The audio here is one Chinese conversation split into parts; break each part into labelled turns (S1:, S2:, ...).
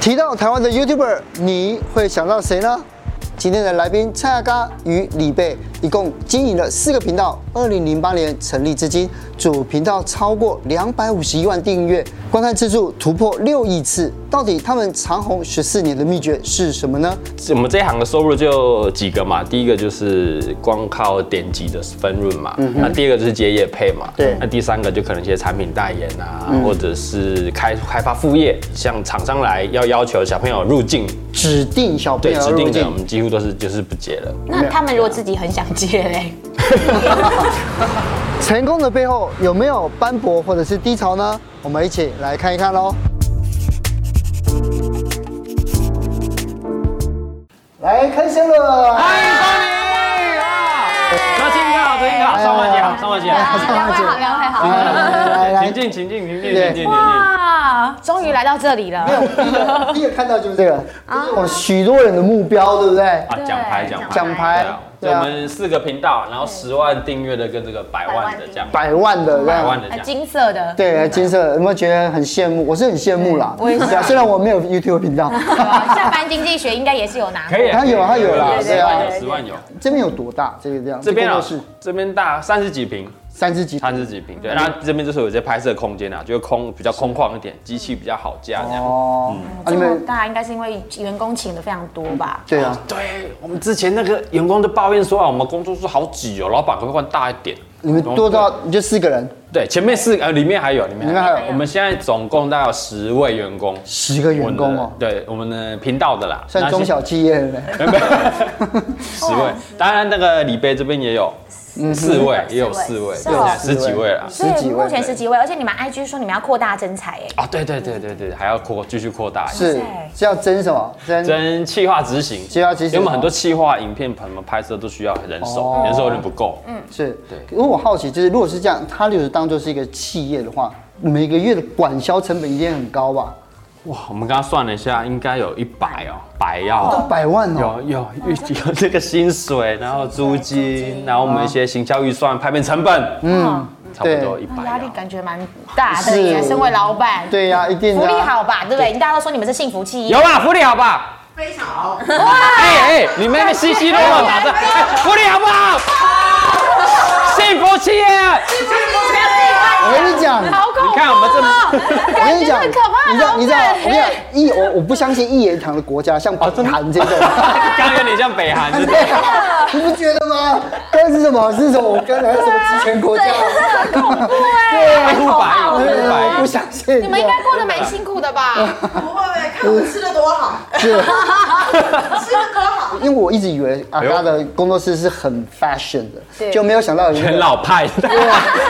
S1: 提到台湾的 YouTuber，你会想到谁呢？今天的来宾蔡阿嘎与李贝一共经营了四个频道。二零零八年成立至今，主频道超过两百五十一万订阅，观看次数突破六亿次。到底他们长红十四年的秘诀是什么呢？
S2: 我们这一行的收入就几个嘛，第一个就是光靠点击的分润嘛，那第二个就是接业配嘛，
S1: 嗯对嗯
S2: 那第三个就可能一些产品代言啊，或者是开开发副业，像厂商来要要求小朋友入境，
S1: 指定小朋
S2: 对，
S1: 友
S2: 指
S1: 入
S2: 定的
S1: 境
S2: 我。们几乎都是就是不接了。
S3: 那他们如果自己很想接嘞，
S1: 成功的背后有没有斑驳或者是低潮呢？我们一起来看一看喽。来开箱了，
S2: 那请你好，请你
S1: 哎
S2: 好，上万姐好，上万 姐好，
S1: 上万姐
S3: 啊好，两位好。
S1: 来来来
S2: 请
S1: 来，
S2: 进，请进，请进，请
S1: 对
S2: 进，请进。
S3: 哇，啊终于来到这里
S1: 没
S3: 了。
S1: 有第一 个第一个看到就是这个，
S3: 啊
S1: 这是我许多人的目标，对不对？
S2: 啊，奖牌，
S3: 对
S2: 奖牌，
S1: 奖
S2: 对
S1: 牌
S2: 啊，
S1: 对
S2: 就我
S1: 啊，
S2: 们四个频道，然后十万订阅的跟这个百万的奖牌，
S1: 百万的这
S2: 百
S1: 样
S2: 万。的
S3: 呃
S2: 奖牌，
S3: 金色 的，
S1: 对，金色有没有觉得很羡慕？我是很羡慕啦。
S3: 嗯我也是
S1: 对啊，虽然我没有 YouTube 频 道，
S3: 下班经济学应该也是有拿。
S2: 可以，
S1: 他有啊他有啦
S2: 十
S1: 对啊
S2: 万有，十万有。
S1: 这边有多大？这个这样，
S2: 这边
S1: 工
S2: 啊
S1: 作室，
S2: 这边大三十几平，
S1: 三十几
S2: 三十几平，对，然后这边就是有些拍摄空间啊，就是空比较空旷一点，机器比较好架这样。
S1: 哦，啊
S3: 嗯这
S1: 你
S3: 么
S1: 们
S3: 大应该是因为员工请的非常多吧？
S1: 对啊，
S2: 对我们之前那个员工都抱怨说啊，我们工作室好挤哦，老板可不可以换大一点？
S1: 你们多到你就四个人，
S2: 对，前面四个呃，里面还有，里
S1: 里
S2: 面
S1: 面还
S2: 还
S1: 有
S2: 有，我们现在总共大概有十位员工，
S1: 十个员工哦
S2: 我们的，对，我们的频道的啦，
S1: 算中小企业了。
S2: 那些， 十位，当然那个李贝这边也有
S1: 嗯
S2: 四位，也有四位，
S3: 是
S2: 对
S3: 哦
S2: 对，十几位了。
S1: 十
S3: 所以
S1: 几位
S3: 目前十几位，而且你们 IG 说你们要扩大征才，哎，
S2: 啊，对对对对对，还要扩继续扩大一下。
S1: 是是要争什么？争
S2: 真企划执行，
S1: 企划执行
S2: 因为我们很多企划影片、朋友们拍摄都需要人
S1: 哦
S2: 手，人手有点不够。嗯，
S1: 是
S2: 对
S1: 因为我好奇，就是如果是这样，它就是当做是一个企业的话，每个月的管销成本一定很高吧？
S2: 哇，我们刚刚算了一下，应该有一百哦，百要。
S1: 百万哦，
S2: 有有有有这个薪水，然后租金，然后我们一些行销预算、拍片成本，嗯，差不多
S1: 对
S2: 一百
S3: 哦压力
S2: 要。
S3: 感觉蛮大的
S1: 是
S3: 耶。身为老板，
S1: 对呀，一定的
S3: 福
S1: 啊。
S3: 利好吧，对不对？大家都说你们是幸福企业
S2: 有，啦，福利好吧？非常好。哎哎，你们那稀稀落落打 字，哎福利好不好？幸福企业，
S3: 啊
S1: 我跟你讲，
S3: 好恐啊
S2: 你看我们这么
S1: 我跟你讲，
S3: 感觉很可怕
S1: 你知道，
S3: 老
S1: 你知道，
S3: 板
S1: 我跟你讲，一我我不相信一言堂的国家像
S2: 哦
S1: 北韩这种，
S2: 刚刚有点像北韩，对不对？
S1: 你不觉得吗？刚是什么？是什么？我刚才是什么集权国家？
S2: 白不白，
S1: 对
S2: 不
S1: 我
S2: 白
S1: 不。相信。
S3: 你们应该过得蛮辛苦的吧？
S4: 不会，看我 吃的多好，
S1: 是，
S4: 吃的多好。
S1: 因为我一直以为阿嘎的工作室是很 fashion 的，
S3: 对
S1: 就没有想到有一个
S2: 全老派，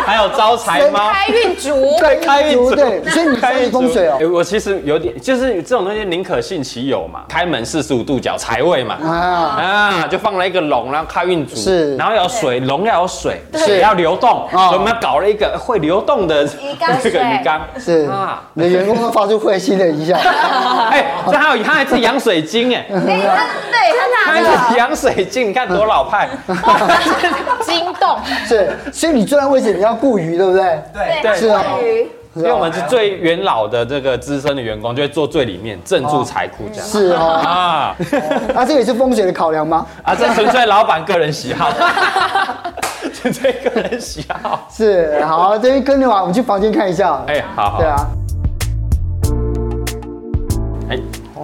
S2: 还有招财猫。
S3: 开运竹，
S1: 对
S2: 开运竹
S1: 对，所以你开运风水哦
S2: 哎。我其实有点，就是这种东西宁可信其有嘛。开门四十五度角财位嘛，
S1: 啊
S2: 啊就放了一个龙，然后开运竹，
S1: 是
S2: 然后要有水，龙要有水，
S1: 对
S2: 水要流动，
S1: 哦
S2: 所以我们要搞了一个会流动的
S3: 缸
S2: 这个
S3: 水
S2: 鱼缸，
S1: 是
S2: 啊，
S1: 你的员工都发出会心的一笑，
S2: 哎，这还有他还是养水晶哎，
S3: 对，他
S2: 他
S3: 拿
S2: 还是
S3: 着
S2: 养水晶，你看多老 派，
S1: 哦
S3: 金洞，
S1: 是，所以你坐在位置你要顾鱼，对不对？
S4: 对
S2: 对
S1: 是啊
S2: 因为我们是最元老的这个资深的员工，就会坐最里面，镇住财库这样。
S1: 是哦，
S2: 啊
S1: 啊，这也是风水的考量吗？
S2: 啊，这纯粹老板个人喜好， 纯粹个人喜好。
S1: 是，好，这边跟着我，我们去房间看一下。
S2: 哎，好好
S1: 对，啊，
S2: 哎，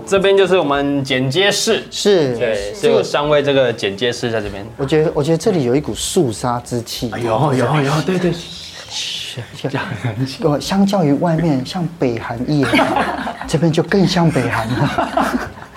S2: 这边就是我们剪接室，
S1: 是，
S2: 对，所以有三位这个剪接师在这边。
S1: 我觉得，我觉得这里有一股肃杀之气。
S2: 有有有，对对，
S1: 呃，相较于外面像北韩一样， 这边就更像北韩 了。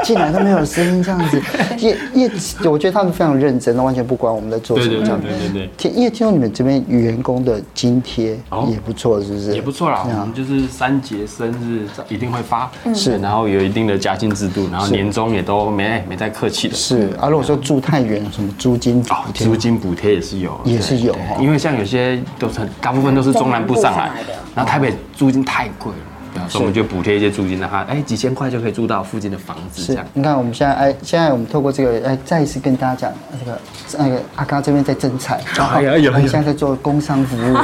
S1: 进来都没有声音，这样子，叶叶，我觉得他们非常认真，完全不管我们在做什么这样。
S2: 对对，
S1: 听叶听说你们这边员工的津贴
S2: 哦
S1: 也不错，是不是？
S2: 也不错啦。
S1: 对
S2: 我
S1: 啊
S2: 们就是三节生日一定会发，
S1: 是
S2: 然后有一定的加薪制度，然后年终也都没没太客气的。
S1: 是啊，如果说住太远，有什么租金补
S2: 哦，
S1: 贴
S2: 租金补贴也是有，
S1: 也是有哦
S2: 对因为像有些都是大部分都是中南部上来，然后台北租金太贵了。对啊所以我们就补贴一些租金让他，哎，几千块就可以住到附近的房子这
S1: 是
S2: 样。，
S1: 你看我们现在哎，现在我们透过这个哎，再一次跟大家讲，这个那个阿嘎这边在征才，
S2: 哎呀哎呀
S1: 我们现在在做工商服 务，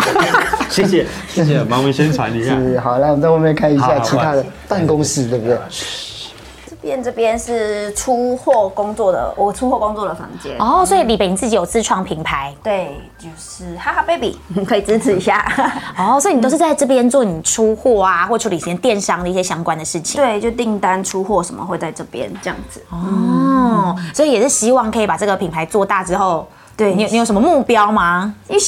S2: 谢谢 谢谢，帮我们宣传一下。
S1: 是好，来我们在外面看一
S2: 好
S1: 下
S2: 好
S1: 其他的办公室，对不对？
S5: 边这边是出货工作的，我出货工作的房间。哦，
S6: 哦，所以李北你自己有自创品牌，
S5: 对，就是哈哈 baby，可以 支持一下。
S6: 哦，所以你都是在这边做你出货啊，或处理一些电商的一些相关的事情。
S5: 对，就订单出货什么会在这边这样子。
S6: 哦，所以也是希望可以把这个品牌做大之后，
S5: 对
S6: 你有你有什么目标吗？
S5: 因为嗯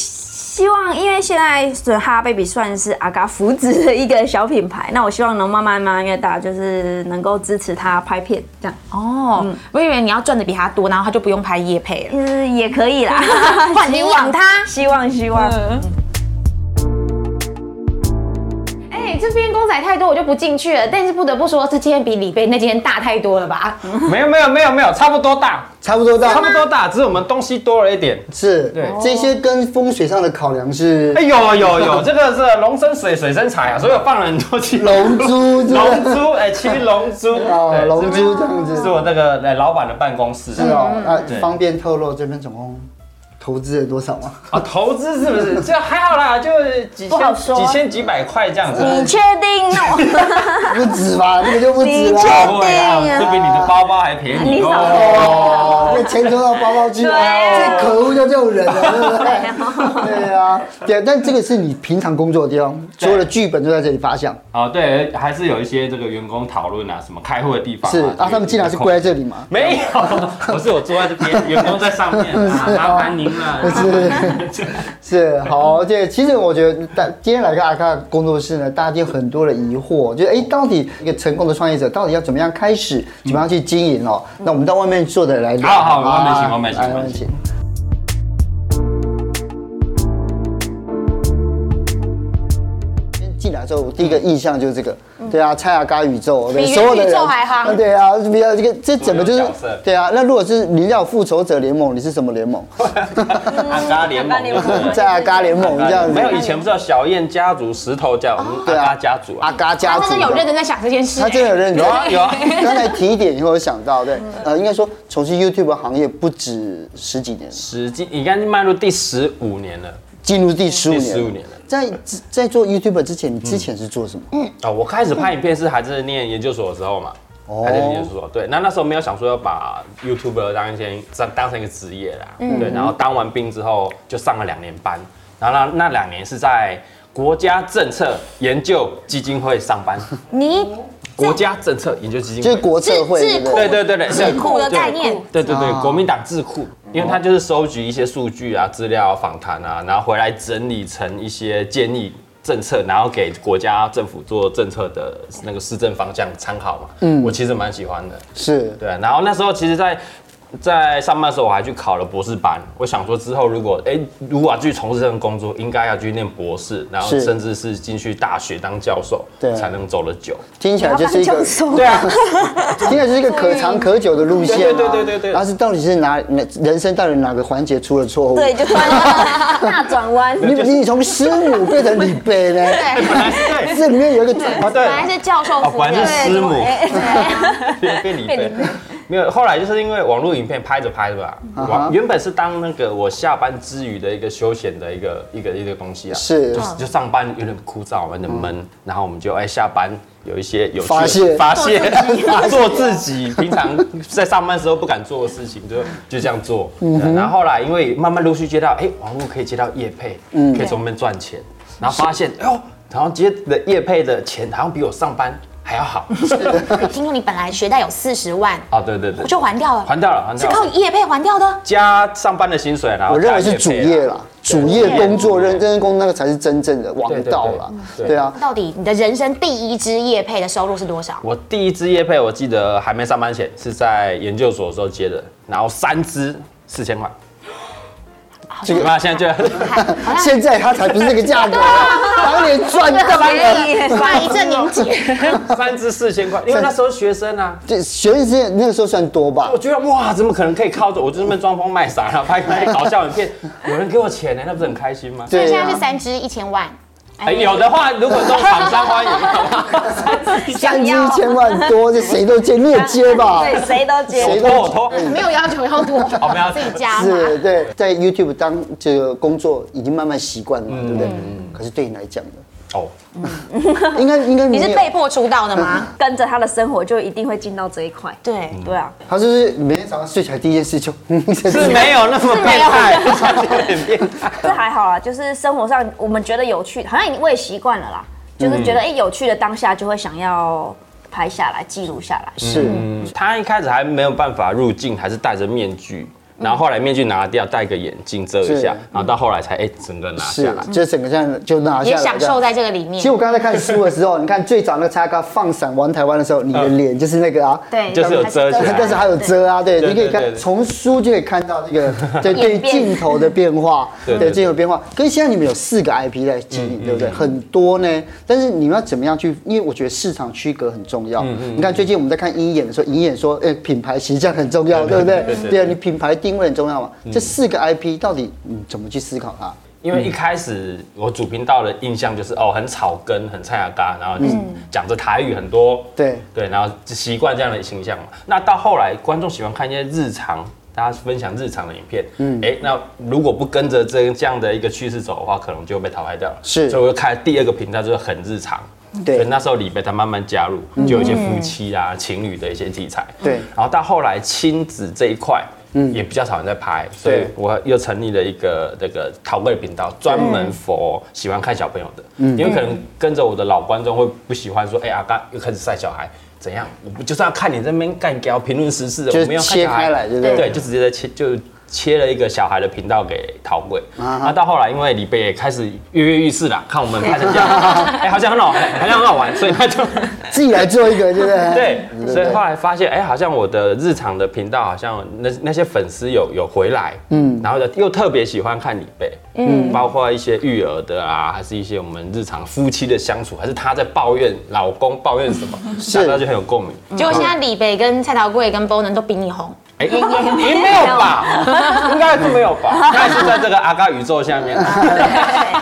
S5: 希望，因为现在是哈 baby 算是阿嘎福子的一个小品牌，那我希望能慢慢慢慢越大，就是能够支持他拍片这样，
S6: 哦，
S3: 嗯
S6: 我以为你要赚的比他多，然后他就不用拍夜配 了。。
S5: 嗯，也可以啦
S6: 换你
S5: 希望嗯
S6: 养他
S5: 希望希望。
S3: 哎，这边公仔太多，我就不进去了。但是不得不说，这间比李贝那间大太多了吧？
S2: 没有没有没有没有，差不多大，
S1: 差不多
S2: 差
S1: 到
S2: 不多大，只是我们东西多了一点。
S1: 是，
S2: 对
S1: 这些跟风水上的考量是
S2: 哎，有有有，这个是龙生水，水生财啊，所以我放了很多期
S1: 龙珠是吧
S2: 龙珠，哎，七龙珠，
S1: 哦
S2: 对，
S1: 龙珠
S2: 这
S1: 这样
S2: 边
S1: 子
S2: 是我那个哎老板的办公室，
S1: 是哦，
S2: 对
S1: 那方便透露这边总共投资了多少吗？
S2: 啊，投资是不是？这还好啦，就几
S5: 不
S2: 千
S5: 好说呃
S2: 几千几百块这样子。
S5: 你确定？那我
S1: 不止 吧，这个就不止
S5: 你确
S1: 啦。
S2: 不会啊，
S5: 定啊
S2: 这比你的包包还便宜
S5: 你少
S1: 哦，被钱装到包包去，哎最可恶就这种人了，对不对？对啊，对，但这个是你平常工作的地方，所有的剧本都在这里发想，
S2: 哦，对，还是有一些这个员工讨论啊，什么开会的地方
S1: 是啊，他们进来是跪在
S2: 这
S1: 这里嘛？
S2: 个没有，我是我坐在这边，员工在上面 啊，麻烦您了。
S1: 是是好，这其实我觉得大今天来看阿卡工作室呢，大家就有很多的疑惑，就是哎，到底一个成功的创业者到底要怎么样开始，怎么样去经营哦？那我们到外面坐的来聊，
S2: 好好
S1: 吧
S2: 外面请外面请
S1: 来
S2: 外
S1: 外
S2: 面
S1: 面
S2: 请
S1: 请。进来之后，我第一个印象就是这个，对啊，蔡雅嘎宇宙，对
S3: 比
S1: 所有
S3: 元
S1: 的
S3: 宇宙
S1: 人
S3: 还夯
S1: 啊对啊，比较这个这整个就是
S2: 所有角色
S1: 对啊。那如果是你叫复仇者联盟，你是什么联盟？
S2: 阿嘎联盟就是
S1: 在阿嘎联盟这样子，
S2: 没有，以前不是有小燕家族、石头家，我们阿
S1: 对啊
S2: 嘎家族
S1: 阿
S2: 啊，
S1: 嘎家
S3: 他
S1: 族
S3: 真的有认真在想这件事。
S1: 他真的有认真，
S2: 有啊 有啊
S1: 刚才提一点以后有想到，对，呃，应该说从事 YouTube 行业不止十几年，
S2: 十几，你刚迈入第十五年了。
S1: 进入第十五
S2: 第
S1: 年，
S2: 15年了
S1: 在在做 YouTube 之前，你之前是做什么？
S3: 嗯
S2: 哦，我开始拍影片是还是念研究所的时候嘛。还在研究所，对，那那时候没有想说要把 YouTuber 当一件当当成一个职业啦，对，然后当完兵之后就上了两年班，然后那那两年是在国家政策研究基金会上班，
S6: 你
S2: 国家政策研究基金
S1: 就是
S2: 会，
S1: 国策会，
S6: 智
S1: 对不
S2: 对
S1: 对？
S2: 对对对，
S6: 智库的概念，
S2: 对对对
S1: 哦，
S2: 国民党智库，因为他就是收集一些数据啊、资料、啊、访谈啊，然后回来整理成一些建议政策，然后给国家政府做政策的那个施政方向参考嘛。嗯，我其实蛮喜欢的。
S1: 是
S2: 对，啊然后那时候其实在，在上班的时候，我还去考了博士班。我想说之后如果哎、如果要去从事这份工作，应该要去念博士，然后
S1: 是
S2: 甚至是进去大学当教授，
S1: 对
S2: 才能走得久。
S1: 听起来就是一个，听
S2: 对啊，
S1: 起来就是一个可长可久的路线啊。
S2: 对对对对对
S1: 然后是到底是哪哪人生到底哪个环节出了错误？
S5: 对，，就突然 大 转弯。
S1: 你你从十五变成李贝呢？
S2: 本来是对
S1: 这里面有一个
S2: 啊对，
S6: 本来是教授
S2: 哦，
S6: 夫
S2: 果然
S6: 人，
S2: 是师母，变
S5: 对
S2: 变 李贝，没有。后来就是因为网络影片拍着拍着吧，
S1: 啊哈
S2: 网原本是当那个我下班之余的一个休闲的一个一个一个东西啊，
S1: 是嗯
S2: 就是就上班有点枯燥，有点闷，然后我们就哎下班有一些有趣的
S1: 发泄
S2: 发泄 做自己，平常在上班时候不敢做的事情就就这样做。
S1: 嗯
S2: 对然后后来因为慢慢陆续接到，哎，网络可以接到业配，
S1: 嗯
S2: 可以从那边赚钱，然后发现哎呦，好像接的业配的钱好像比我上班还要好。
S6: 听说你本来学贷有四十万，
S2: 啊，对对对，
S6: 就还掉了，
S2: 还掉了，还
S6: 是
S2: 掉
S6: 靠
S2: 了，
S6: 业配还掉的。
S2: 加上班的薪水啦，
S1: 我认为是
S2: 加
S1: 主
S2: 业配
S1: 业啦，主业工作认真工那个才是真正的王
S2: 对对
S1: 道啦。
S2: 对
S1: 对啊，
S6: 到底你的人生第一支业配的收入是多少？
S2: 我第一支业配，我记得还没上班前是在研究所的时候接的，然后三支四千块。这个嘛，现在 就
S1: 现在它才不是这个价 格啊，当年赚干嘛呢？
S6: 快一阵凝结，
S2: 三支四千块，因为那时候学生啊，
S1: 这学生时代那个时候算多吧
S2: 我？觉得哇，怎么可能可以靠着我就这么装疯卖傻， 然后拍拍搞笑影片，有人给我钱呢，那不是很开心吗？
S6: 所以
S1: 对
S6: 现在是
S1: 啊，
S6: 三支一千万。
S2: 哎，有的话，如果这种厂商欢迎，好不好？
S1: 三支一千万多，这谁都接，你也接吧？
S5: 谁都 接。
S1: 谁
S2: 我
S1: 都
S2: 哦拖我拖，
S3: 没有要求要多，
S2: 我们要
S6: 自己加嘛。
S1: 是，
S2: 嗯
S1: 对，在 YouTube 当这个工作已经慢慢习惯了嘛，对不对？可是对你来讲呢？
S2: 哦，
S1: 应该
S5: 嗯
S1: 应该没
S6: 你是
S1: 有
S6: 被迫出道的吗？
S2: 嗯
S5: 跟着他的生活就一定会进到这一块。
S6: 对，
S5: 对啊，
S2: 嗯
S1: 他就是每天早上睡起来第一件事就， 嗯，
S2: 是没有那么变态， 是有点变态。
S5: 这还好啦，就是生活上我们觉得有趣，好像已经我也习惯了啦，就是
S2: 嗯
S5: 觉得哎、有趣的当下就会想要拍下来记录下来。
S1: 是
S2: 嗯，他一开始还没有办法入镜，还是戴着面具，然后后来面具拿掉，戴个眼镜遮一
S1: 是
S2: 下，然后到后来才哎、整个拿下
S1: 是
S2: 来，。
S1: 就整个这样就拿
S6: 也
S1: 下来
S6: 嗯享
S1: 这样
S6: 受。在这个里面
S1: 其实。我刚才在看书的时候，你看最早那个叉嘎放闪玩台湾的时候，你的脸就是那个啊，
S5: 对
S2: 就是有遮起来
S1: 但是还有遮啊，对，
S2: 对
S1: 你可以
S2: 对对
S1: 看
S2: 对
S1: 从书就可以看到这个对对
S5: 演变
S1: 镜头的变化，
S2: 对嗯
S1: 对
S2: 对对
S1: 镜头变化。跟现在你们有四个 IP 在经营，对不对？很多呢，但是你们要怎么样去？因为我觉得市场区隔很重
S2: 嗯
S1: 要。你看最近我们在看鹰眼的时候，鹰眼说，哎，品牌形象很重要，对不对
S2: 对对？对嗯
S1: 对啊，你品牌定位很重要嘛。这四个 IP 到底你怎么去思考它？
S2: 因为一开始我主频道的印象就是哦，很草根，很菜啊嘎，然后就是讲着台语很多，
S1: 对
S2: 对，然后就习惯这样的形象嘛。那到后来，观众喜欢看一些日常，大家分享日常的影片，嗯，哎，那如果不跟着这这样的一个趋势走的话，可能就被淘汰掉了。
S1: 是
S2: 所以我就开第二个频道，就是很日常。
S1: 对嗯
S2: 所以那时候李贝他慢慢加入，就有一些夫妻啊、情侣的一些题材。
S1: 对
S2: 然后到后来亲子这一块，嗯，也比较少人在拍，所以
S1: 对
S2: 我又成立了一个这个陶贵频道，专门 for 喜欢看小朋友的，
S1: 嗯
S2: 因为可能跟着我的老观众会不喜欢说，哎、阿刚又开始晒小孩。怎样？我不就是要看你这边干掉评论时事的，
S1: 就是
S2: 我们要看
S1: 切
S2: 小孩
S1: 开来对不对
S2: 对，就直接在切就切了一个小孩的频道给陶贵。
S1: 啊哈
S2: 啊，到后来因为李贝也开始跃跃欲试啦，看我们拍成 这样，哎、好像很好，好像很好玩，所以他就
S1: 自己来做一个，对不对？
S2: 对，
S1: 不
S2: 所以后来发现，哎、好像我的日常的频道好像那那些粉丝有有回来，嗯，然后又特别喜欢看李贝，嗯，包括一些育儿的啊，还是一些我们日常夫妻的相处，还是她在抱怨老公抱怨 什么，大家就很有共鸣。
S6: 结果现在李北跟蔡桃贵跟 Bonan 都比你红，
S2: 哎、 应该也没有吧？应该是没有吧？他还是在这个阿嘎宇宙下 面，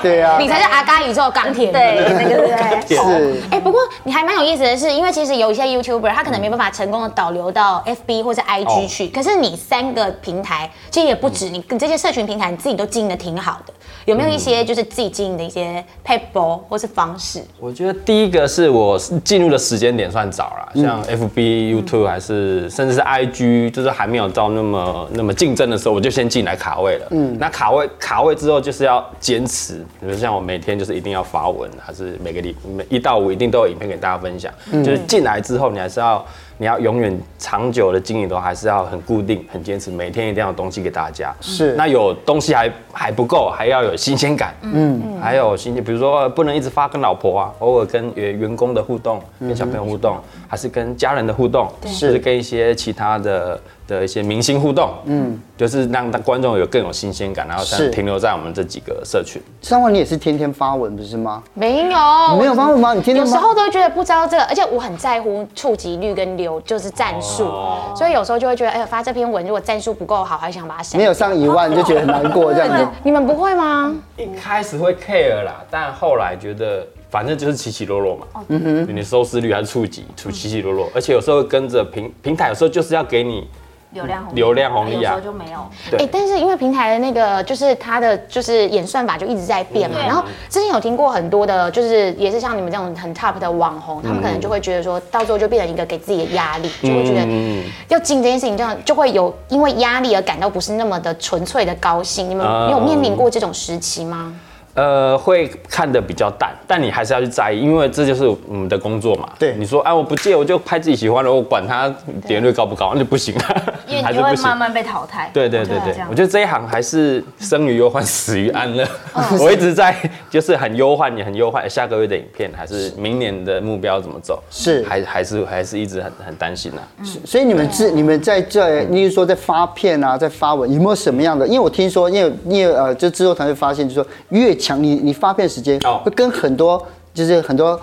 S1: 对
S2: 嗯
S1: 啊，
S6: 你才是阿嘎宇宙钢铁人。
S5: 对，那个对。
S1: 是
S6: 哎、不过你还蛮有意思的是，因为其实有一些 YouTuber 他可能没办法成功的导流到 FB 或者
S2: 哦
S6: IG 去，可是你三个平台其实也不止，你你这些社群平台你自己都经营的挺好的，有没有一
S1: 嗯
S6: 些就是自己经营的一些 p a p e 或是方式？
S2: 我觉得第一个是我进入的时间点算早啦，像 FB、YouTube 还是甚至是 IG，就是还没有到那么那么竞争的时候，我就先进来卡位了。嗯，那卡位卡位之后就是要坚持，比如像我每天就是一定要发文，还是每个礼每一到五一定都有影片给大家分享。就是进来之后，你还是要你要永远长久的经营都还是要很固定、很坚持，每天一定要有东西给大家。
S1: 是
S2: 那有东西还还不够，还要有新鲜感。嗯，还有新鲜，比如说呃不能一直发跟老婆啊，偶尔跟员员工的互动，跟小朋友互动，还是跟家人的互动，
S1: 是
S2: 或是跟一些其他的的一些明星互动。嗯，就是让观众有更有新鲜感，然后才
S1: 是
S2: 能停留在我们这几个社群。
S1: 三万，你也是天天发文不是吗？
S6: 没有，
S1: 你没有发文吗？你天天
S6: 有时
S1: 发
S6: 候都会觉得不知道这个，而且我很在乎触及率跟流，就是战术，
S1: 哦
S6: 所以有时候就会觉得，哎、呀，发这篇文如果战术不够好，还想把它删
S1: 没。有上一万就觉得很难过这样子。
S6: 你们不会吗？
S2: 一开始会 care 啦，但后来觉得反正就是起起落落嘛，嗯哼，你收视率还是触及，出起起落落，而且有时候跟着平平台，有时候就是要给你
S5: 流量红利，
S2: 流量红利啊
S5: 有时候就没有。
S2: 对
S6: 哎、但是因为平台的那个就是它的就是演算法就一直在变
S2: 嗯
S6: 嘛，然后之前有听过很多的，就是也是像你们这种很 top 的网红，他们
S2: 嗯
S6: 可能就会觉得说到最后就变成一个给自己的压力，就会觉得
S2: 嗯
S6: 要进这件事情，这样就会有因为压力而感到不是那么的纯粹的高兴。你们
S2: 嗯
S6: 你有面临过这种时期吗？
S2: 呃，会看得比较淡，但你还是要去在意，因为这就是我们的工作嘛。
S1: 对
S2: 你说，哎、我不借，我就拍自己喜欢的，我管它点阅率高不高，那不行啊，
S5: 因 为
S2: 还是
S5: 你就
S2: 不
S5: 会
S2: 行
S5: 慢。慢被淘汰。
S2: 对对对
S5: 我觉得
S2: 对
S5: 这，样
S2: 我觉得这一行还是生于忧患，死于安乐。
S5: 哦
S2: 我一直在就是很忧患，也很忧患。下个月的影片还是明年的目标怎么走？
S1: 是
S2: 还还是还是一直很很担心啊。
S1: 所以你们自你们在这，例如说在发片啊，在发文，有没有什么样的？因为我听说，因为因为呃，就制作团队发现，就是说越强，你你发片时间
S2: 哦
S1: 会跟很多就是很多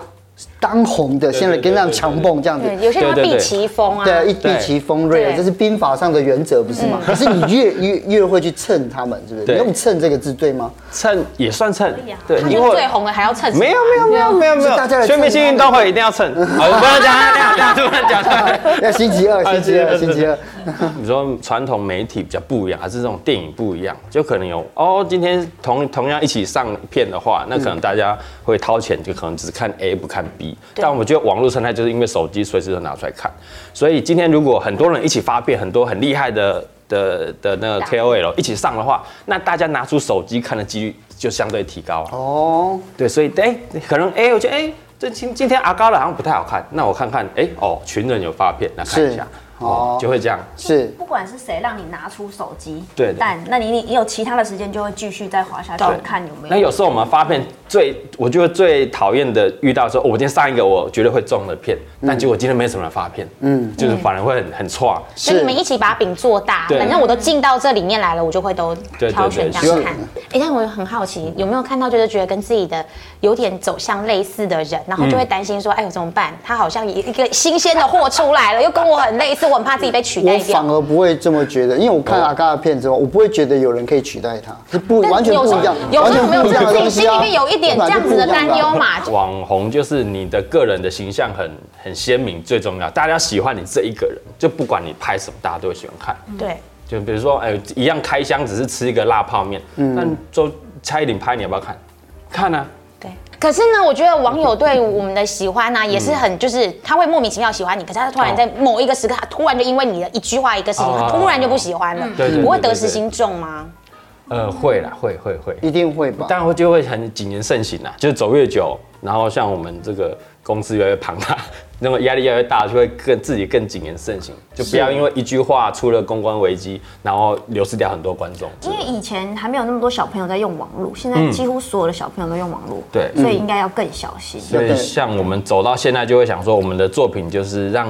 S1: 当红的，现在跟上强蹦这样子。
S6: 对，有些人会
S2: 对对
S6: 避
S2: 对
S6: 其锋啊，
S1: 对，一避
S2: 对
S1: 其锋锐，
S6: 对
S1: 啊
S6: 嗯
S1: 这是兵法上的原则，不是吗？可是你越越越会去蹭他们，是不是？
S2: 对
S1: 你用“蹭”这个字对吗？
S2: 蹭也算蹭，
S5: 哎
S2: 对，
S6: 他
S2: 因
S6: 就
S2: 为
S6: 最红了还要蹭，
S2: 没有没有没有没有没
S1: 是大家来
S2: 有，全明星运动会一定要蹭，好，我不要讲了，这样这样突然讲出来。
S1: 要星期二，
S2: 啊
S1: 星期二，
S2: 星
S1: 星期
S2: 期
S1: 二
S2: 二。你说传统媒体比较不一样，还是这种电影不一样？就可能有哦，今天同同样一起上片的话，那可能大家会掏钱，就可能只看 A 不看 B。但我觉得网络生态就是因为手机随时都拿出来看，所以今天如果很多人一起发片，很多很厉害的的的那个 KOL 一起上的话，那大家拿出手机看的几率就相对提高啊。
S1: 哦，
S2: 对，所以哎、可能哎、我觉得哎、这今今天阿高了好像不太好看，那我看看哎、哦，群人有发片，那看一下
S1: 是，哦
S2: 哦，就会这样。
S1: 是
S5: 不管是谁让你拿出手机，
S2: 对的
S5: 但那你你你有其他的时间就会继续再滑下去
S2: 对
S5: 看有没有。
S2: 那有时候我们发片最，我觉得最讨厌的遇到说，哦我今天上一个我绝对会中的片，但结果今天没什么人发片，嗯，就是反而会很很差。
S6: 所以你们一起把饼做大，
S2: 对
S6: 反正我都进到这里面来了，我就会都
S2: 对
S6: 挑选
S2: 对对
S6: 这
S2: 希
S6: 样
S2: 望
S6: 看。哎、但我很好奇，有没有看到就是觉得跟自己的有点走向类似的
S1: 嗯
S6: 人，然后就会担心说，哎、我怎么办？他好像一个新鲜的货出来了，又跟我很类似，我很怕自己被取代
S1: 我反
S6: 掉。
S1: 而不会这么觉得，因为我看阿嘎的片之后，我不会觉得有人可以取代他，是不完全
S6: 有
S1: 不
S6: 时
S1: 一样
S6: 候，有
S1: 完
S6: 时
S1: 全
S6: 候没有
S1: 不一
S6: 这
S1: 样的
S6: 种，
S1: 东
S6: 心
S1: 西啊
S6: 里面有一点这样子的担忧。嘛。就
S2: 网红就是你的个人的形象很很鲜明，最重要，大家喜欢你这一个人，就不管你拍什么，大家都会喜欢看。
S5: 嗯
S1: 啊
S6: 对，
S2: 就比如说，哎、一样开箱，只是吃一个辣泡面，但周蔡依林拍，你要不要看？嗯看啊，
S6: 对，可是呢，我觉得网友对我们的喜欢呢、啊也是很，就是他会莫名其妙喜欢你，可是他突然在某一个时刻，他突然就因为你的一句话、一个事情，他
S2: 哦
S6: 突然就不喜欢了。
S2: 对对对
S6: 不会得
S2: 对
S6: 失
S2: 对
S6: 心重吗？
S2: 呃，会啦，会会会，
S1: 一定会吧？
S2: 当然会就会很谨言慎行啦，啊就是走越久，然后像我们这个公司越来越庞大， 那么压力越来越大，就会更自己更谨言慎行，就不要因为一句话出了公关危机，然后流失掉很多观众。
S5: 因为以前还没有那么多小朋友在用网络，现在
S2: 嗯
S5: 几乎所有的小朋友都用网络，
S2: 对
S5: 所以应该要更小心。
S2: 所以像我们走到现在，就会想说，我们的作品就是让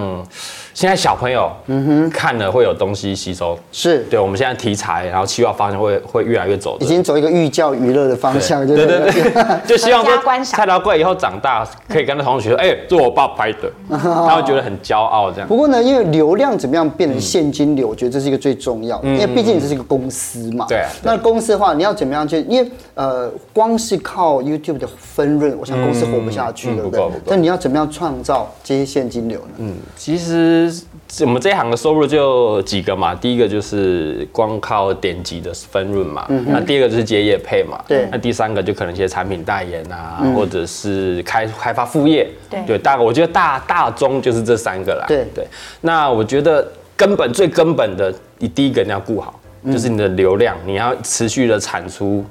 S2: 现在小朋友看了会有东西吸收。
S1: 嗯是
S2: 对，我们现在题材，然后企划方向会会越来越走的
S1: 已经走一个寓教于乐的方向，
S2: 对
S1: 对
S2: 对
S1: 了
S2: 对，对就希望
S6: 合家观
S2: 说
S6: 赏
S2: 蔡老贵以后长大可以跟他同学说，哎、这我爸拍 的，
S1: 哦
S2: 他会觉得很骄傲这样
S1: 不。过呢，因为流量怎么样变成现金流，我觉得这是一个最重要的，因为毕竟这是一个公司嘛。
S2: 嗯对啊
S1: 那公司的话，你要怎么样去？因为呃，光是靠 YouTube 的分润，我想公司活不下去，
S2: 嗯嗯
S1: 对不
S2: 不
S1: 对
S2: 够不够？
S1: 但你要怎么样创造这些现金流呢？
S2: 嗯其实我们这一行的收入就几个嘛，第一个就是光靠点击的分润嘛，那第二个就是接业配嘛，
S1: 嗯对
S2: 那第三个就可能一些产品代言啊，或者是开开发副业，
S6: 对
S2: 大我觉得大大宗就是这三个啦，
S1: 对
S2: 对。那我觉得根本最根本的，你第一个你要顾好，
S1: 嗯
S2: 就是你的流量，你要持续的产出，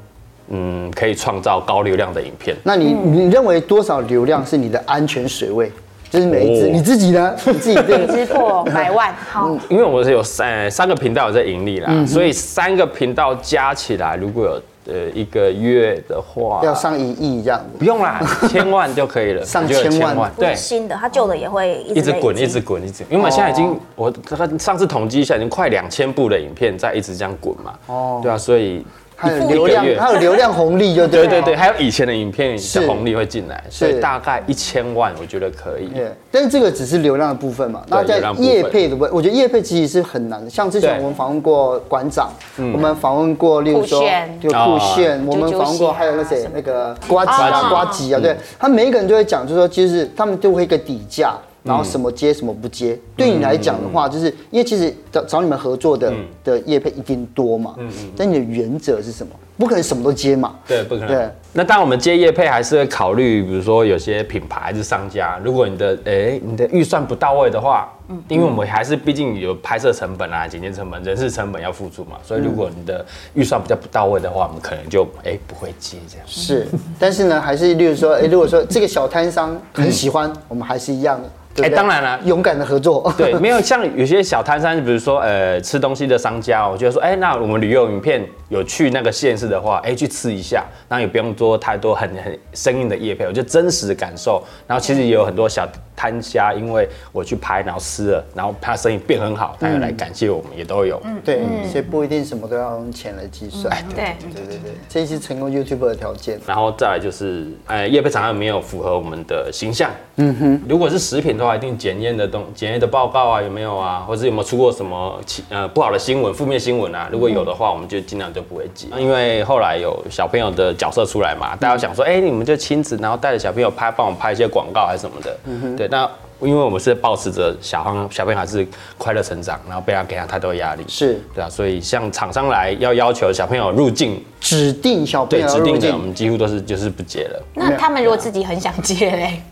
S2: 嗯，可以创造高流量的影片。
S1: 那你你认为多少流量是你的安全水位？就是每一只
S2: 哦
S1: 你自己 呢？你自己对
S6: 直破百万，
S2: 嗯
S6: 好，
S2: 因为我是有三呃三个频道有在盈利啦，
S1: 嗯
S2: 所以三个频道加起来，如果有呃一个月的话，
S1: 要上一亿这样子。
S2: 不用 啦，千万就可以了，
S1: 上
S2: 就有
S1: 千万
S5: 不
S2: 对
S5: 是，新的，它旧的也会
S2: 一
S5: 一
S2: 直
S5: 直
S2: 滚，
S5: 累积
S2: 一直滚，一直，因为我们现在已
S1: 哦
S2: 经，我大概上次统计一下，已经快两千部的影片在一直这样滚嘛，
S1: 哦
S2: 哦，对啊，所以
S1: 还有
S2: 一
S1: 流量
S2: 一个，月
S1: 还有流量红利，就对
S2: 对
S1: 了
S2: 对对，。还有以前的影片
S1: 是
S2: 的红利会进来，所以大概一千万，我觉得可以。
S1: 对，但是这个只是流量的部分嘛。那在
S2: 流量部分
S1: 业配的部分，我觉得业配其实是很难的。像之前
S2: 对
S1: 我们访问过馆长，我们访问过，例如说
S6: 酷炫
S1: 就酷炫
S2: 嗯啊，
S1: 我们访问
S6: 啾啾鞋
S1: 过
S6: 啊
S1: 还有那谁
S6: 什么
S1: 那个瓜吉
S2: 瓜
S1: 啊
S2: 吉嗯
S1: 瓜吉啊，对他每一个人都会讲，就是说其实他们都会一个底价。
S2: 嗯
S1: 然后什么接什么不接，对你来讲的话，就是因为其实找找你们合作
S2: 嗯
S1: 的的业配一定多嘛，但你的原则是什么？不可能什么都接嘛，
S2: 对，不可能。
S1: 对
S2: 那当然我们接业配还是会考虑，比如说有些品牌还是商家，如果你的诶、你的预算不到位的话，因为我们还是毕竟有拍摄成本啊、剪接成本、人事成本要付出嘛，所以如果你的预算比较不到位的话，我们可能就诶、不会接这样。
S1: 是，但是呢，还是例如说，哎、如果说这个小摊商很喜欢，我们还是一样，对不对
S2: 哎当然啦
S1: 勇敢的合作，
S2: 哦 对，没有像有些小摊商，比如说呃吃东西的商家，我觉得说，哎、那我们旅游影片有去那个县市的话，哎、去吃一下，然后也不用做太多很很生硬的夜配，我就真实的感受。然后其实也有很多小摊虾，因为我去拍，然后吃了，然后他生意变很好，他又来感谢我们，也都有。
S1: 对，
S5: 嗯
S1: 所以不一定什么都要用钱来计算。
S2: 哎
S3: 对，
S1: 对对对，这是成功 YouTuber 的条件。
S2: 然后再来就是，呃，业配长有没有符合我们的形象？嗯哼，如果是食品的话，一定检验的东检验的报告啊，有没有啊？或者有没有出过什么其呃不好的新闻、负面新闻啊？如果有的话，我们就尽量就不会接，因为后来有小朋友的角色出来嘛，大家想说，哎、你们就亲子，然后带着小朋友拍，帮我们拍一些广告还是什么的。嗯哼，对，那。因为我们是保持着小朋小朋友还是快乐成长，然后不要给他太多压力，
S1: 是
S2: 对啊，所以像厂商来要要求小朋友入境，
S1: 指定小朋
S2: 对
S1: 友要
S2: 指
S1: 入
S2: 定的我
S1: 境，
S2: 们几乎都是就是不接了。
S6: 那他们如果自己很想接 嘞，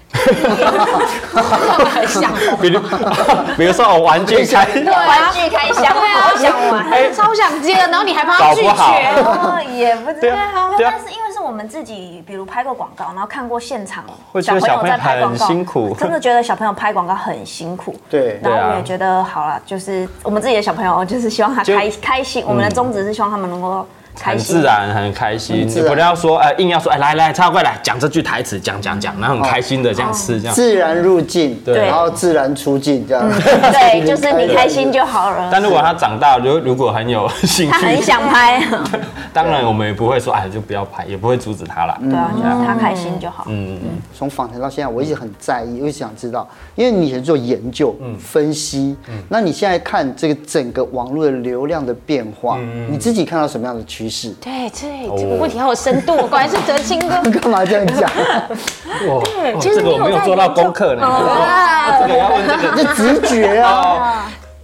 S6: 很想
S2: 比如 比如说我玩具开，
S5: 玩具开箱，对啊，想玩。
S2: 哎，
S6: 超想接的，然后你还帮他
S2: 搞
S6: 拒
S2: 不好
S6: 绝，
S5: 哦，也不知
S2: 对
S5: 道
S2: 啊
S5: 啊，
S2: 对啊
S5: 但是因为是我们自己，比如拍过广告，然后看过现场
S2: 会觉得小朋友很辛苦
S5: 真的觉得小朋友拍广告很辛苦。
S1: 对
S5: 然
S2: 对
S5: 后
S2: 啊
S5: 我也觉得好了，就是我们自己的小朋友，就是希望他
S2: 就
S5: 开开心。我们的宗旨是希望他们能够开
S2: 很
S5: 心，
S2: 自然，很开心。
S1: 很自
S2: 你
S1: 然
S2: 不要说，哎，硬要说，哎，来来，超快来讲这句台词，讲讲讲，然后很开心的这样吃，这样。
S1: 哦自然入境，
S2: 对
S1: 然后自然出境，这样。
S5: 嗯 对，就是你开心就好了。
S2: 但如果他长大，如如果很有 兴
S5: 他很
S2: 趣，
S5: 想 拍，
S2: 嗯当然我们也不会说，哎，就不要拍，也不会阻止他啦。
S1: 嗯
S5: 对啊，就是他开心就好。
S2: 嗯
S1: 从访谈到现在，我一直很在意，我一直想知道，因为你以前做研究、
S2: 嗯
S1: 分析，那你现在看这个整个网络的流量的变化，
S2: 嗯
S1: 你自己看到什么样的趋势？
S6: 对对，这个问题好有深度，果然是德清哥。
S1: 干嘛这样 讲？
S2: 哇，哦这个我没有做到功课呢。哦这个要问这个
S1: 这直觉啊！
S2: 哦，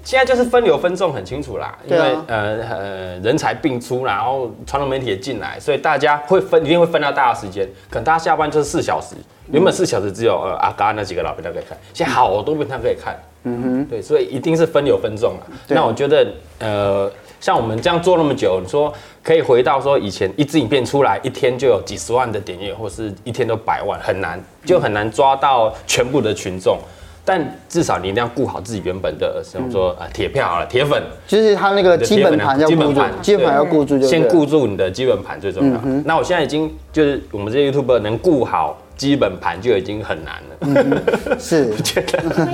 S2: 现在就是分流分众很清楚啦，因
S1: 对啊
S2: 为呃呃人才并出，然后传统媒体也进来，所以大家会分，一定会分到大家的时间。可能大家下班就是四小时，原本四小时只有呃阿嘎那几个老片段可以看，现在好多片段可以看。嗯哼，对，所以一定是分流分众啦。
S1: 对
S2: 那我觉得呃。像我们这样做那么久，你说可以回到说以前一支影片出来一天就有几十万的点阅，或是一天都百万，很难，就很难抓到全部的群众。但至少你一定要顾好自己原本的，像我们说啊铁票好了，铁粉
S1: 就是他那个基本盘要
S2: 基
S1: 顾
S2: 本
S1: 住
S2: 盘，
S1: 基本盘要顾住就对
S2: 先
S1: 了
S2: 顾住你的基本盘最重要。那我现在已经就是我们这些 YouTube 能顾好基本盘就已经很难了。
S1: 是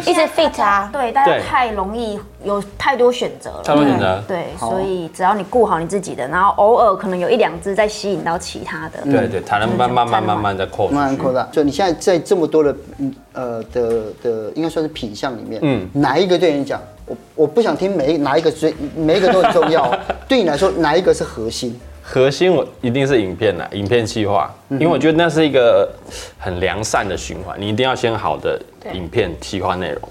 S6: 一直 fit 啊，
S5: 对，大家
S2: 对
S5: 太容易有太多选择了，
S2: 太多选择
S5: 对，对所以只要你顾好你自己的，然后偶尔可能有一两只再吸引到其他的，
S2: 对对，才能慢慢慢慢慢的扩出
S1: 慢慢扩
S2: 去。
S1: 大。就你现在在这么多的嗯呃的的，应该算是品相里面，嗯，哪一个对你讲？我我不想听每一哪一个最每一个都很重 要哦，对你来说哪一个是核心？
S2: 核心我一定是影片啦，影片企划，因为我觉得那是一个很良善的循环，你一定要先好的影片企划内容。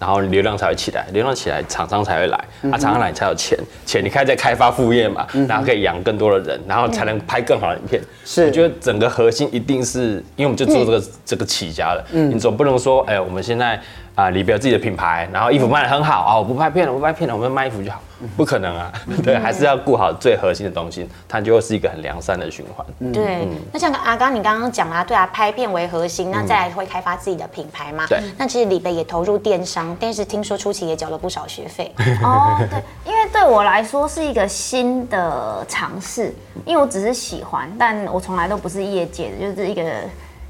S2: 然后流量才会起来，流量起来，厂商才会来，啊，厂商来才有钱，钱你可以再开发副业嘛，然后可以养更多的人，然后才能拍更好的影片。
S1: 是
S2: 我觉得整个核心一定是因为我们就做
S6: 嗯
S2: 这个这个起家了，你总不能说，哎，我们现在啊，里边有自己的品牌，然后衣服卖得很好啊，我不拍片了，我不拍片了，我们卖衣服就好，
S6: 嗯
S2: 不可能啊， 对，还是要顾好最核心的东西，它就会是一个很良善的循环。
S6: 对。那像阿刚你刚刚讲啦，对啊，拍片为核心，那再来会开发自己的品牌嘛？
S2: 对
S6: 那其实李贝也投入电商，但是听说初期也缴了不少学费。
S5: 哦，对，因为对我来说是一个新的尝试，因为我只是喜欢，但我从来都不是业界的，就是一个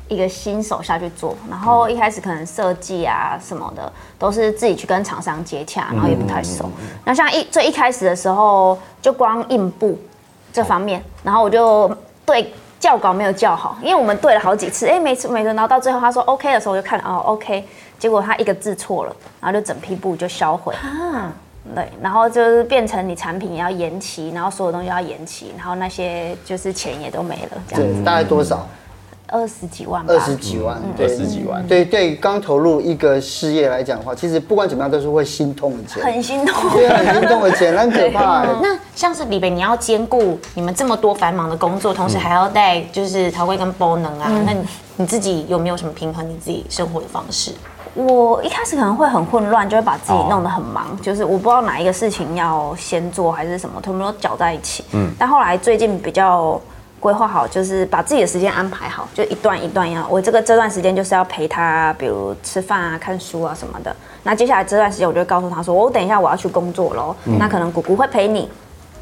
S5: 一个新手下去做。然后一开始可能设计啊什么的，都是自己去跟厂商接洽，然后也不太熟。那像一最一开始的时候，就光印布这方面，然后我就对。校稿没有校好，因为我们对了好几次，哎、每次每个，然后到最后他说 OK 的时候，我就看了哦 OK，结果他一个字错了，然后就整批布就销毁。对，然后就是变成你产品也要延期，然后所有东西要延期，然后那些就是钱也都没了，这样
S2: 嗯
S1: 对，大概多少？
S5: 二十几万吧。
S1: 二十几万，对
S2: 二十几万
S1: 对对，刚投入一个事业来讲的话，其实不管怎么样都是会心痛的钱，
S5: 很心 痛。
S1: 对，很心痛的钱，那很可 怕欸。
S6: 那像是李贝，你要兼顾你们这么多繁忙的工作，同时还要带就是陶贵跟波能啊，那你你自己有没有什么平衡你自己生活的方式？
S5: 我一开始可能会很混乱，就会把自己弄得很忙，就是我不知道哪一个事情要先做还是什么，全部都搅在一起。嗯，但后来最近比较规划好，就是把自己的时间安排好，就一段一段要，我这个这段时间就是要陪他，比如吃饭啊、看书啊什么的。那接下来这段时间，我就会告诉他说，我等一下我要去工作喽，那可能姑姑会陪你，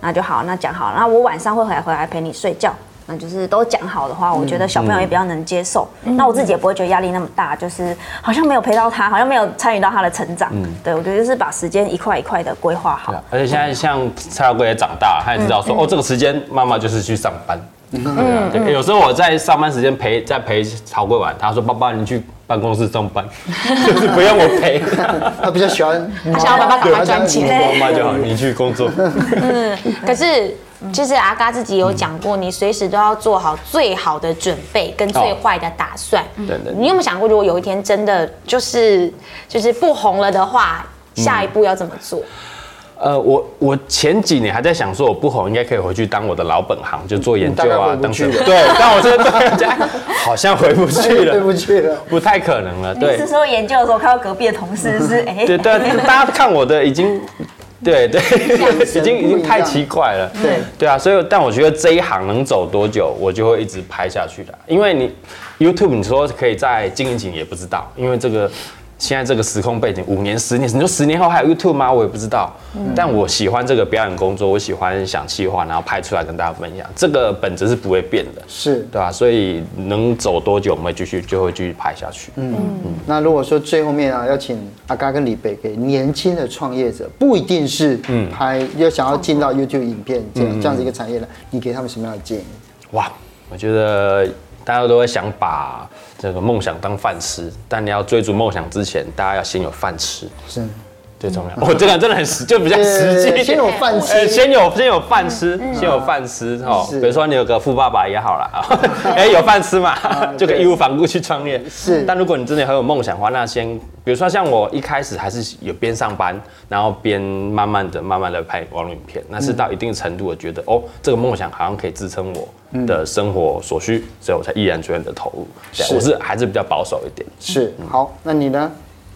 S5: 那就好，那讲好，那我晚上会回来回来陪你睡觉。那就是都讲好的话，我觉得小朋友也比较能接受。
S2: 嗯
S5: 那我自己也不会觉得压力那么大，就是好像没有陪到他，好像没有参与到他的成长。
S2: 嗯
S5: 对，我觉得就是把时间一块一块的规划好
S2: 对啊。而且现在像蔡小贵也长大，他也知道
S6: 嗯
S2: 说，哦，这个时间妈妈就是去上班。对啊对，有时候我在上班时间陪在陪曹贵玩，他说：“爸爸，你去办公室上班，就是不用我 陪，
S1: 他比较喜欢，
S6: 他想要爸爸赶快赚钱
S2: 我妈就好，你去工作。”
S6: 可是，
S2: 嗯
S6: 就是阿嘎自己有讲过，你随时都要做好最好的准备跟最坏的打算。
S2: 哦对对
S6: 你有没有想过，如果有一天真的就是就是不红了的话，下一步要怎么做？
S2: 呃，我我前几年还在想，说我不红应该可以回去当我的老本行，就做研究
S1: 嗯大概
S2: 啊
S1: 回，不
S2: 当
S1: 去
S2: 什
S1: 了
S2: 么？对，但我真的对，这样好像回不去
S1: 对
S2: 了，
S1: 不去了。
S2: 不太可能了。
S5: 每
S2: 对
S5: 次，说研究的时候，看到隔壁的同事 是哎，
S2: 对 对，大家看我的已经，对对， 已经已经太奇怪了。
S1: 对
S2: 对啊，所以但我觉得这一行能走多久，我就会一直拍下去的。啊因为你 YouTube 你说可以再经营几年也不知道，因为这个现在这个时空背景，五年、十年，你说十年后还有 YouTube 吗？我也不知道。
S1: 嗯
S2: 但我喜欢这个表演工作，我喜欢想企划，然后拍出来跟大家分享，这个本质是不会变的。
S1: 是，
S2: 对啊，所以能走多久，我们会继续就会继续拍下去。嗯，
S1: 那如果说最后面啊，要请阿嘎跟李北给年轻的创业者，不一定是拍，要想要进到 YouTube 影片这样这样子一个产业的，你给他们什么样的建议？
S2: 哇，我觉得大家都会想把这个梦想当饭吃，但你要追逐梦想之前，大家要先有饭吃。
S1: 是，
S2: 最重要。我哦这个人真的很 实，就比较实际一
S1: 呃
S2: 点。
S1: 先有饭吃
S2: 呃，先有先有饭吃，先有饭吃哦。
S1: 是
S2: 比如说你有个富爸爸也好啦，哎，有饭吃嘛， 就可以义无反顾去创业。
S1: 啊是
S2: 但如果你真的很有梦想的话，那先，比如说像我一开始还是有边上班，然后边慢慢的、慢慢的拍网络影片，那是到一定程度，我觉得哦，这个梦想好像可以支撑我的生活所需，所以我才毅然决然的投入。对
S1: 嗯是
S2: 我是还是比较保守一点。
S1: 是，好，那你呢？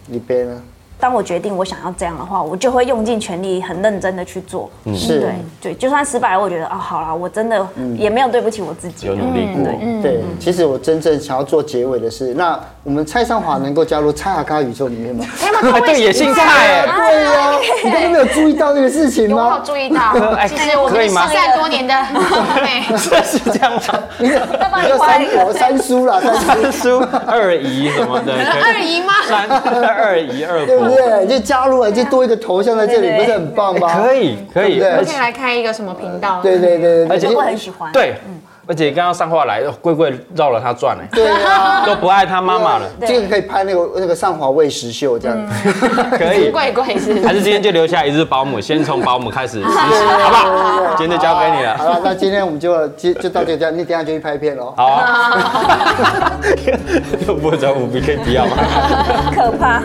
S1: 李北呢？
S5: 当我决定我想要这样的话，我就会用尽全力，很认真的去做。
S2: 嗯
S5: 嗯
S1: 是
S5: 对对，就算失败了，我觉得啊，好啦，我真的也没有对不起我自
S2: 嗯
S5: 己
S2: 有。努力过，
S1: 对，其实我真正想要做结尾的是，那我们蔡尚华能够加入蔡阿嘎宇宙里面吗？
S2: 对，也姓蔡哎。
S1: 对 呀、你都没有注意到这个事情
S6: 有我有
S1: 吗？
S6: 注意到，其实我
S2: 哎可
S6: 们
S2: 以
S6: 是
S2: 吗
S6: 三 多年的妹妹，
S2: 是这样吗？
S1: 你叫三婆三叔 啦，三叔，
S2: 三叔、二姨什么的，
S6: 二 姨吗？
S2: 三二姨二
S1: 对不
S2: 伯，
S1: 对？就加入了，就多一个头像在这里，不是很棒吗？
S2: 可，以可以，
S1: 对不对
S2: 而
S6: 我可以
S2: 且
S6: 来开一个什么频道？
S1: 对对对
S2: 而
S1: 对
S2: 且
S5: 我很喜欢。，
S2: 对，而且刚刚上话来，贵贵绕了他转哎，
S1: 对啊！
S2: 都不爱他妈妈了，
S1: 这个可以拍那个那个上华喂食秀这样，
S2: 可以。
S6: 贵贵是
S2: 还是今天就留下一日保姆，先从保姆开始实习，好不好？今天就交给你
S1: 好
S2: 了。
S1: 了，那今天我们就就就到这家，你等一下就去拍片喽。
S2: 好 啊，又不找五 B K 不要吗？
S5: 可怕。